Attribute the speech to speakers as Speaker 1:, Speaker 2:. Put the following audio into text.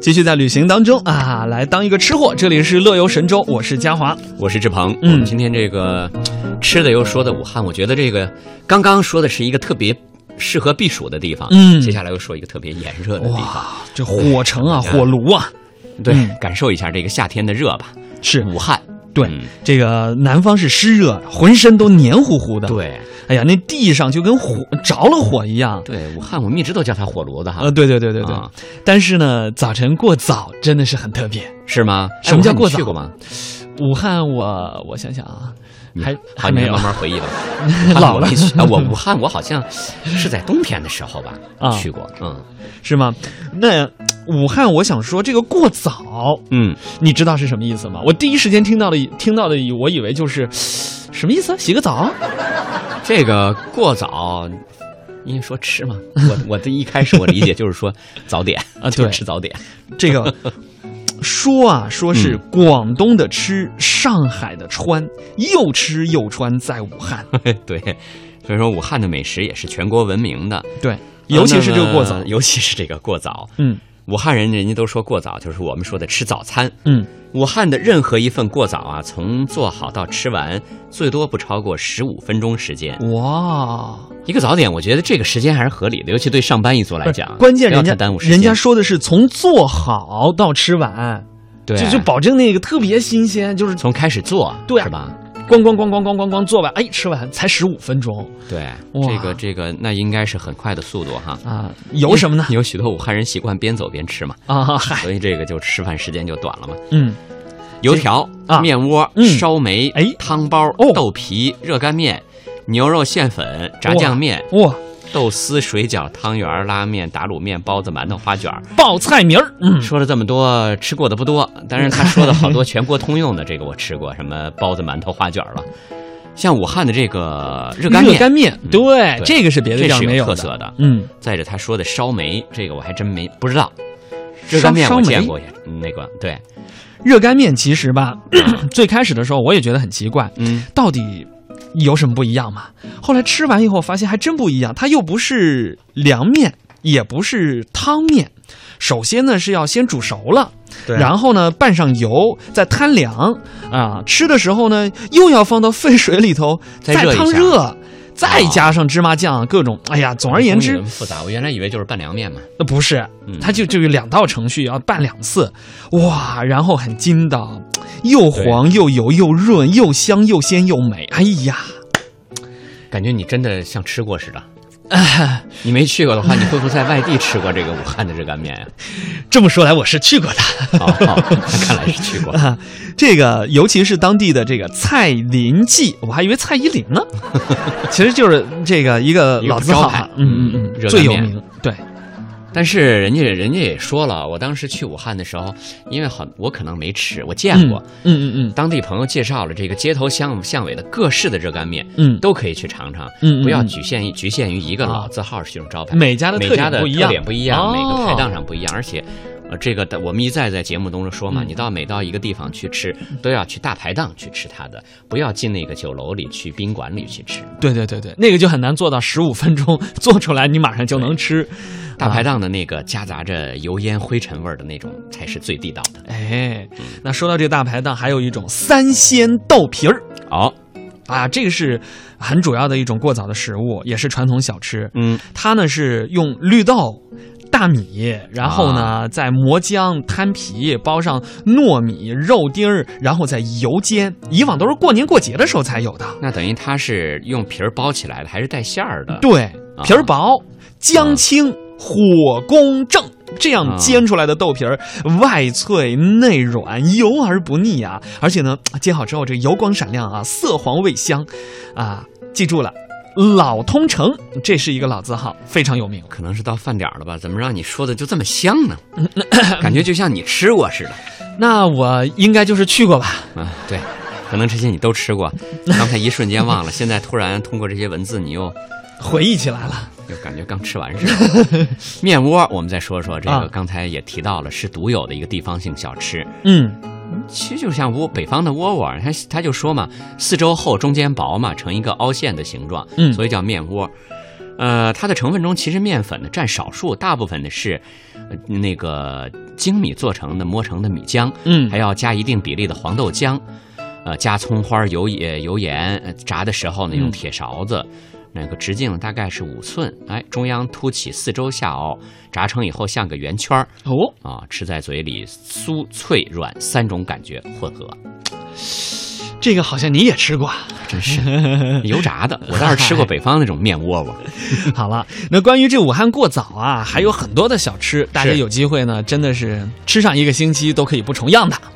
Speaker 1: 继续在旅行当中啊，来当一个吃货。这里是乐游神州，我是嘉华。
Speaker 2: 我是志鹏。
Speaker 1: 嗯
Speaker 2: 我们今天这个吃的又说的武汉，我觉得这个刚刚说的是一个特别适合避暑的地方，
Speaker 1: 嗯
Speaker 2: 接下来又说一个特别炎热的地方，
Speaker 1: 哇，这
Speaker 2: 哎
Speaker 1: 火城啊，火炉啊，
Speaker 2: 对，
Speaker 1: 嗯
Speaker 2: 感受一下这个夏天的热吧。
Speaker 1: 是
Speaker 2: 武汉，
Speaker 1: 对
Speaker 2: 嗯
Speaker 1: 这个南方是湿热，浑身都黏糊糊的。，
Speaker 2: 对
Speaker 1: 哎呀，那地上就跟火着了火一样。
Speaker 2: 对，武汉我们一直都叫它火炉子哈，
Speaker 1: 呃，对对对对对。
Speaker 2: 啊
Speaker 1: 但是呢，早晨过早真的是很特别。
Speaker 2: 是吗？
Speaker 1: 什么叫
Speaker 2: 哎武汉你
Speaker 1: 过早
Speaker 2: 去过吗？嗯
Speaker 1: 武汉我，我想想啊，还
Speaker 2: 好，
Speaker 1: 还
Speaker 2: 你
Speaker 1: 没有
Speaker 2: 慢慢回忆吧。
Speaker 1: 老了
Speaker 2: 武汉我没去啊，我武汉我好像是在冬天的时候吧
Speaker 1: 啊
Speaker 2: 去过，嗯
Speaker 1: 是吗？那武汉，我想说这个过早，
Speaker 2: 嗯，
Speaker 1: 你知道是什么意思吗？我第一时间听到的，听到的，我以为就是什么意思？啊洗个澡？
Speaker 2: 这个过早，因为说吃嘛， 我我的一开始我理解就是说早点
Speaker 1: 啊
Speaker 2: 就
Speaker 1: 对
Speaker 2: 吃早点，
Speaker 1: 这个说啊，说是广东的吃，上海的穿，又吃又穿，在武汉。
Speaker 2: 对，所以说武汉的美食也是全国闻名的，
Speaker 1: 对，尤其是这个过早
Speaker 2: 呃那么。尤其是这个过早，
Speaker 1: 嗯
Speaker 2: 武汉人人家都说过早就是我们说的吃早餐，
Speaker 1: 嗯，
Speaker 2: 武汉的任何一份过早啊，从做好到吃完，最多不超过十五分钟时
Speaker 1: 嗯
Speaker 2: 间。
Speaker 1: 哇，
Speaker 2: 一个早点，我觉得这个时间还是合理的，尤其对上班一族来讲，
Speaker 1: 关键
Speaker 2: 不要
Speaker 1: 人家
Speaker 2: 太耽误时间，
Speaker 1: 人家说的是从做好到吃完，
Speaker 2: 对，
Speaker 1: 就就保证那个特别新鲜，就是
Speaker 2: 从开始做，
Speaker 1: 对啊
Speaker 2: 是吧？
Speaker 1: 咣咣咣咣咣咣咣做完，哎，吃完才十五分钟
Speaker 2: 对，
Speaker 1: 哇
Speaker 2: 这个这个，那应该是很快的速度哈。
Speaker 1: 啊，有什么呢？
Speaker 2: 有许多武汉人习惯边走边吃嘛，
Speaker 1: 啊，嗨，
Speaker 2: 所以这个就吃饭时间就短了嘛。
Speaker 1: 嗯，
Speaker 2: 油条、
Speaker 1: 啊
Speaker 2: 面窝、
Speaker 1: 嗯
Speaker 2: 烧梅、
Speaker 1: 哎
Speaker 2: 汤包、
Speaker 1: 哦
Speaker 2: 豆皮、热干面、牛肉馅粉、炸酱面、
Speaker 1: 哇，
Speaker 2: 豆丝、水饺、汤圆、拉面、打卤面、包子、馒头、花卷儿。
Speaker 1: 报菜名儿，嗯，
Speaker 2: 说了这么多，吃过的不多，但是他说的好多全国通用的，这个我吃过，什么包子、馒头、花卷儿了。像武汉的这个热干面，
Speaker 1: 热干面，对
Speaker 2: 对，
Speaker 1: 这个是别的地
Speaker 2: 这
Speaker 1: 方
Speaker 2: 是
Speaker 1: 没
Speaker 2: 有
Speaker 1: 有
Speaker 2: 特色的。
Speaker 1: 嗯，
Speaker 2: 再者，他说的烧梅，这个我还真没不知道。
Speaker 1: 烧
Speaker 2: 热干面我
Speaker 1: 烧梅
Speaker 2: 见过也，那个对，
Speaker 1: 热干面其实吧， 最开始的时候我也觉得很奇怪，
Speaker 2: 嗯，
Speaker 1: 到底有什么不一样嘛？后来吃完以后发现还真不一样，它又不是凉面，也不是汤面。首先呢是要先煮熟了，
Speaker 2: 对啊
Speaker 1: 然后呢拌上油，再摊凉啊。吃的时候呢又要放到沸水里头
Speaker 2: 再
Speaker 1: 再
Speaker 2: 热一
Speaker 1: 烫
Speaker 2: 下啊
Speaker 1: 热，再加上芝麻酱各种。哎呀，总而言之，
Speaker 2: 复杂，我原来以为就是拌凉面嘛。
Speaker 1: 那呃不是，
Speaker 2: 嗯
Speaker 1: 它就就有两道程序要拌两次，哇，然后很筋道，又黄又油又润又香又鲜又美，哎呀，
Speaker 2: 感觉你真的像吃过似的。 你没去过的话，你会不会在外地吃过这个武汉的热干面 呀、
Speaker 1: 这么说来我是去过的，
Speaker 2: 哦，那看来是去过。
Speaker 1: 这个尤其是当地的这个蔡林记，我还以为蔡依林 呢，其实就是这个一个
Speaker 2: 一个
Speaker 1: 老字号
Speaker 2: 招牌
Speaker 1: 啊，嗯嗯嗯，
Speaker 2: 热干面
Speaker 1: 最有名，对，
Speaker 2: 但是人家人家也说了，我当时去武汉的时候，因为好我可能没吃，我见
Speaker 1: 嗯
Speaker 2: 过、
Speaker 1: 嗯嗯
Speaker 2: 当地朋友介绍了这个街头巷巷尾的各式的热干面，
Speaker 1: 嗯
Speaker 2: 都可以去尝尝，
Speaker 1: 嗯嗯
Speaker 2: 不要
Speaker 1: 嗯
Speaker 2: 局限于局限于一个
Speaker 1: 啊
Speaker 2: 老字号是这种招牌，
Speaker 1: 嗯，每家的
Speaker 2: 每
Speaker 1: 特
Speaker 2: 家
Speaker 1: 点
Speaker 2: 的
Speaker 1: 不一
Speaker 2: 特
Speaker 1: 样，
Speaker 2: 点不一样，每个排档
Speaker 1: 哦
Speaker 2: 上不一样，而且。呃，这个的我们一再在节目中说嘛，
Speaker 1: 嗯
Speaker 2: 你到每到一个地方去吃，都要去大排档去吃它的，不要进那个酒楼里去、宾馆里去吃。
Speaker 1: 对对对对，那个就很难做到十五分钟做出来，你马上就能吃。
Speaker 2: 大排档的那个夹杂着油烟灰尘味儿的那种才是最地道的。
Speaker 1: 哎，那说到这个大排档，还有一种三鲜豆皮儿
Speaker 2: 好，
Speaker 1: 啊，这个是很主要的一种过早的食物，也是传统小吃。
Speaker 2: 嗯，
Speaker 1: 它呢是用绿豆、大米，然后呢、再磨浆、摊皮，包上糯米、肉丁儿，然后再油煎。以往都是过年过节的时候才有的，
Speaker 2: 那等于它是用皮儿包起来的，还是带馅儿的？
Speaker 1: 对，
Speaker 2: 啊
Speaker 1: 皮儿薄、浆轻、火功正。这样
Speaker 2: 啊
Speaker 1: 煎出来的豆皮儿，外脆内软，油而不腻啊！而且呢，煎好之后这油光闪亮啊，色黄味香，啊，记住了，老通城这是一个老字号，非常有名。
Speaker 2: 可能是到饭点儿了吧？怎么让你说的就这么香呢？
Speaker 1: 嗯
Speaker 2: 感觉就像你吃过似的。
Speaker 1: 那我应该就是去过吧？
Speaker 2: 啊，对，可能这些你都吃过，刚才一瞬间忘了，现在突然通过这些文字，你又
Speaker 1: 回忆起来了，
Speaker 2: 又感觉刚吃完似的。 面窝，我们再说说这
Speaker 1: 啊
Speaker 2: 个，刚才也提到了，是独有的一个地方性小吃。
Speaker 1: 嗯，
Speaker 2: 其实就像窝北方的窝窝，它它就说嘛，四周厚，中间薄嘛，呈一个凹陷的形状，
Speaker 1: 嗯
Speaker 2: 所以叫面窝。呃，它的成分中其实面粉呢占少数，大部分呢是、呃那个精米做成的磨成的米浆，
Speaker 1: 嗯
Speaker 2: 还要加一定比例的黄豆浆，呃，加葱花、油也油盐。呃炸的时候呢，用
Speaker 1: 嗯
Speaker 2: 铁勺子，那个直径大概是五寸，哎，中央凸起，四周下凹，炸成以后像个圆圈儿
Speaker 1: 哦，
Speaker 2: 啊，吃在嘴里酥脆软三种感觉混合，
Speaker 1: 这个好像你也吃过啊。
Speaker 2: 真是油炸的。我倒是吃过北方那种面窝窝，
Speaker 1: 好了，那关于这武汉过早啊，还有很多的小吃，大家有机会呢，真的是吃上一个星期都可以不重样的。